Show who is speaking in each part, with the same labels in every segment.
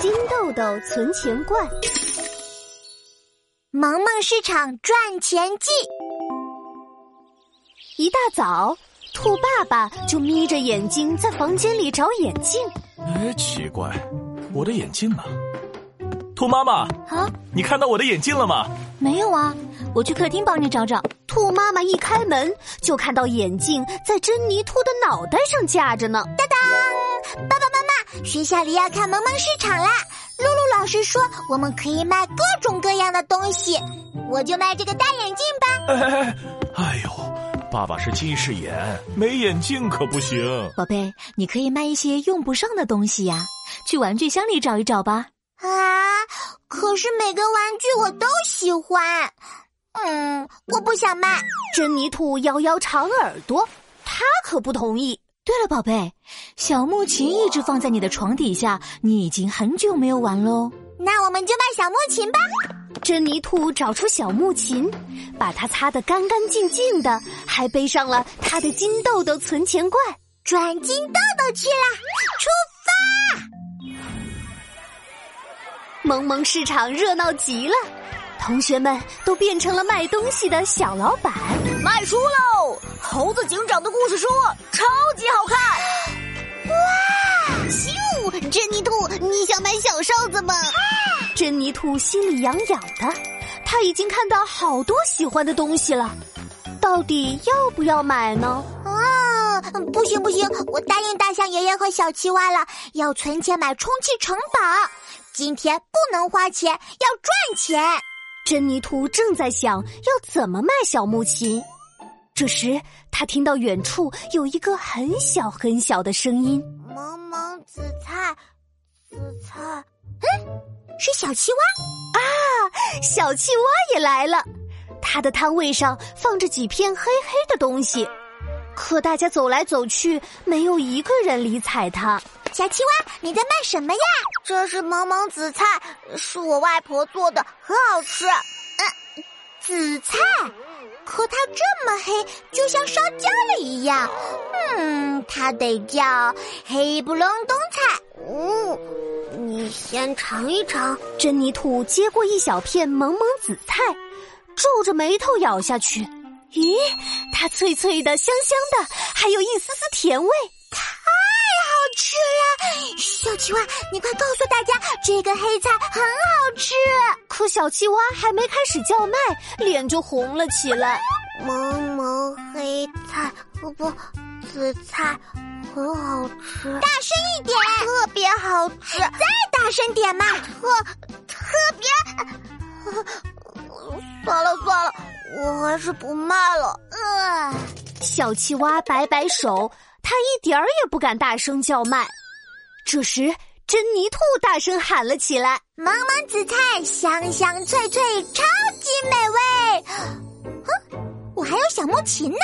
Speaker 1: 金豆豆存钱罐，
Speaker 2: 萌萌市场赚钱记。
Speaker 1: 一大早，兔爸爸就眯着眼睛在房间里找眼镜。
Speaker 3: 哎，奇怪，我的眼镜呢？兔妈妈，
Speaker 2: 啊，
Speaker 3: 你看到我的眼镜了吗？
Speaker 1: 没有啊，我去客厅帮你找找。兔妈妈一开门就看到眼镜在珍妮兔的脑袋上架着呢。
Speaker 2: 当当，爸爸妈妈，学校里要啊看萌萌市场啦！露露老师说我们可以卖各种各样的东西，我就卖这个大眼镜吧。
Speaker 3: 哎哎哎，哎呦，爸爸是近视眼，没眼镜可不行。
Speaker 1: 宝贝，你可以卖一些用不上的东西呀、去玩具箱里找一找吧。
Speaker 2: 啊，可是每个玩具我都喜欢，嗯，我不想卖。
Speaker 1: 珍妮兔摇摇长耳朵，她可不同意。对了，宝贝，小木琴一直放在你的床底下，你已经很久没有玩喽。
Speaker 2: 那我们就卖小木琴吧。
Speaker 1: 珍妮兔找出小木琴，把它擦得干干净净的，还背上了她的金豆豆存钱罐。
Speaker 2: 转金豆豆去啦，出发！
Speaker 1: 萌萌市场热闹极了，同学们都变成了卖东西的小老板。
Speaker 4: 卖书喽！猴子警长的故事书超级好看。
Speaker 2: 咻，珍妮兔，你想买小哨子吗？
Speaker 4: 啊
Speaker 1: 珍妮兔心里痒痒的，她已经看到好多喜欢的东西了，到底要不要买呢？
Speaker 2: 啊，不行不行，我答应大象爷爷和小青蛙了，要存钱买充气城堡。今天不能花钱，要赚钱。
Speaker 1: 珍妮兔正在想要怎么卖小木琴，这时她听到远处有一个很小很小的声音。
Speaker 2: 萌萌紫菜，紫菜，嗯，是小青蛙。
Speaker 1: 小青蛙也来了，它的摊位上放着几片黑黑的东西，可大家走来走去，没有一个人理睬它。
Speaker 2: 小青蛙，你在卖什么呀？这是萌萌紫菜，是我外婆做的，很好吃。嗯，紫菜，可它这么黑，就像烧焦了一样。嗯，它得叫黑不隆冬菜。嗯，你先尝一尝。
Speaker 1: 珍妮兔接过一小片萌萌紫菜，皱着眉头咬下去。咦，它脆脆的、香香的，还有一丝丝甜味。
Speaker 2: 吃呀！小青蛙，你快告诉大家，这个黑菜很好吃。
Speaker 1: 可小青蛙还没开始叫卖，脸就红了起来。
Speaker 2: 萌萌黑菜，哦不，紫菜很好吃。大声一点，特别好吃。再大声点嘛，特特别。 算了算了，我还是不卖了。嗯、
Speaker 1: 小青蛙摆摆手，它一点儿也不敢大声叫卖。这时，珍妮兔大声喊了起来
Speaker 2: 萌萌紫菜香香脆脆，超级美味。 哼，我还有小木琴呢。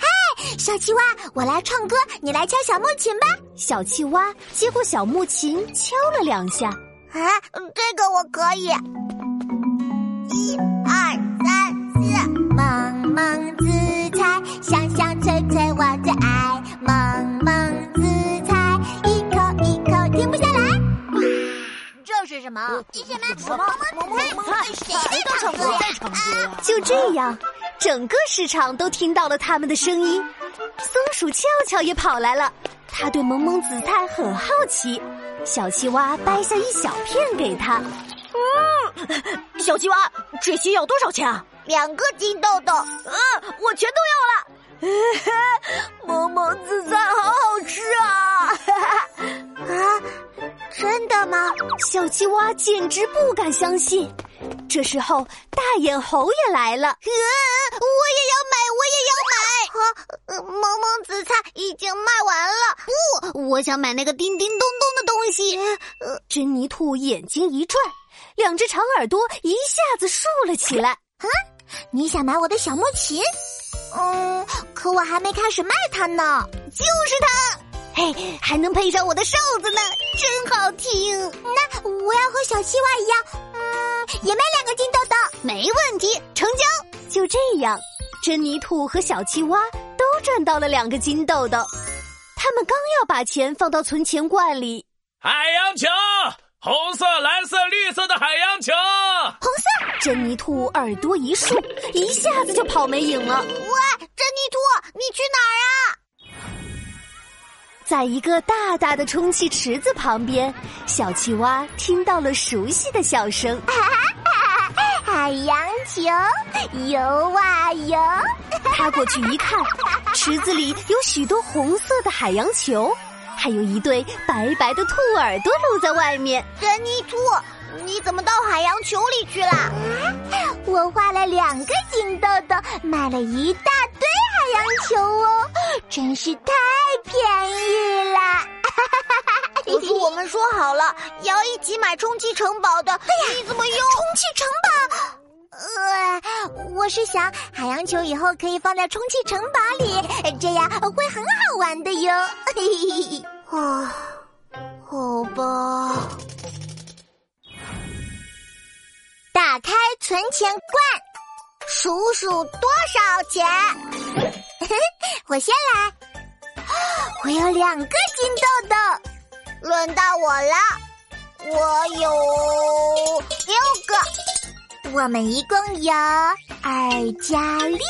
Speaker 2: 嘿，小青蛙，我来唱歌，你来敲小木琴吧。：“
Speaker 1: 小青蛙接过小木琴，敲了两下。
Speaker 2: 啊，这个我可以。一二三四，萌萌紫菜，香香脆脆我最爱，萌萌紫菜，一口一口停不下来。
Speaker 4: 这是什么？
Speaker 2: 这什么
Speaker 4: 什么？萌萌萌萌哎谁都唱不过，谁唱
Speaker 2: 啊
Speaker 4: 不过？”
Speaker 1: 就这样，整个市场都听到了他们的声音。松鼠翘翘也跑来了，它对萌萌紫菜很好奇。小青蛙掰下一小片给它。
Speaker 4: 嗯小青蛙，这些要多少钱啊？
Speaker 2: 两个金豆豆，
Speaker 4: 啊，我全都要了。萌萌紫菜好好吃啊！
Speaker 2: 真的吗？
Speaker 1: 小青蛙简直不敢相信。这时候，大眼猴也来了。
Speaker 2: 啊我也要买，我也要买。啊，萌萌紫菜已经卖完了。不，我想买那个叮叮咚咚的东西。
Speaker 1: 珍妮兔眼睛一转，两只长耳朵一下子竖了起来。
Speaker 2: 你想买我的小木琴？嗯，可我还没开始卖它呢。就是它，嘿，还能配上我的哨子呢，真好听。那我要和小青蛙一样，嗯，也卖两个金豆豆，没问题，成交。
Speaker 1: 就这样，珍妮兔和小青蛙都赚到了两个金豆豆。他们刚要把钱放到存钱罐里，
Speaker 3: 海洋球，红色、蓝色、绿色的海洋球。
Speaker 2: 红色，
Speaker 1: 珍妮兔耳朵一竖，一下子就跑没影了。
Speaker 2: 喂，珍妮兔，你去哪儿啊？
Speaker 1: 在一个大大的充气池子旁边，小青蛙听到了熟悉的笑声。
Speaker 2: 啊海洋球游啊游，
Speaker 1: 它过去一看，池子里有许多红色的海洋球，还有一对白白的兔耳朵露在外面。
Speaker 2: 珍妮兔，你怎么到海洋球里去了？嗯我画了两个金豆豆，买了一大堆海洋球哦，真是太便宜了。可是我们说好了要一起买充气城堡的，你怎么又充气城堡？呃，我是想海洋球以后可以放在充气城堡里，这样会很好玩的 哟。嘿嘿嘿。啊，好吧。打开存钱罐，数数多少钱？我先来，我有两个金豆豆，轮到我了，我有六个，我们一共有二加六。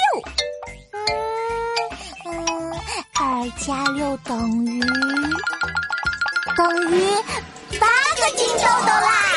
Speaker 2: 嗯嗯，二加六等于等于八个金豆豆啦。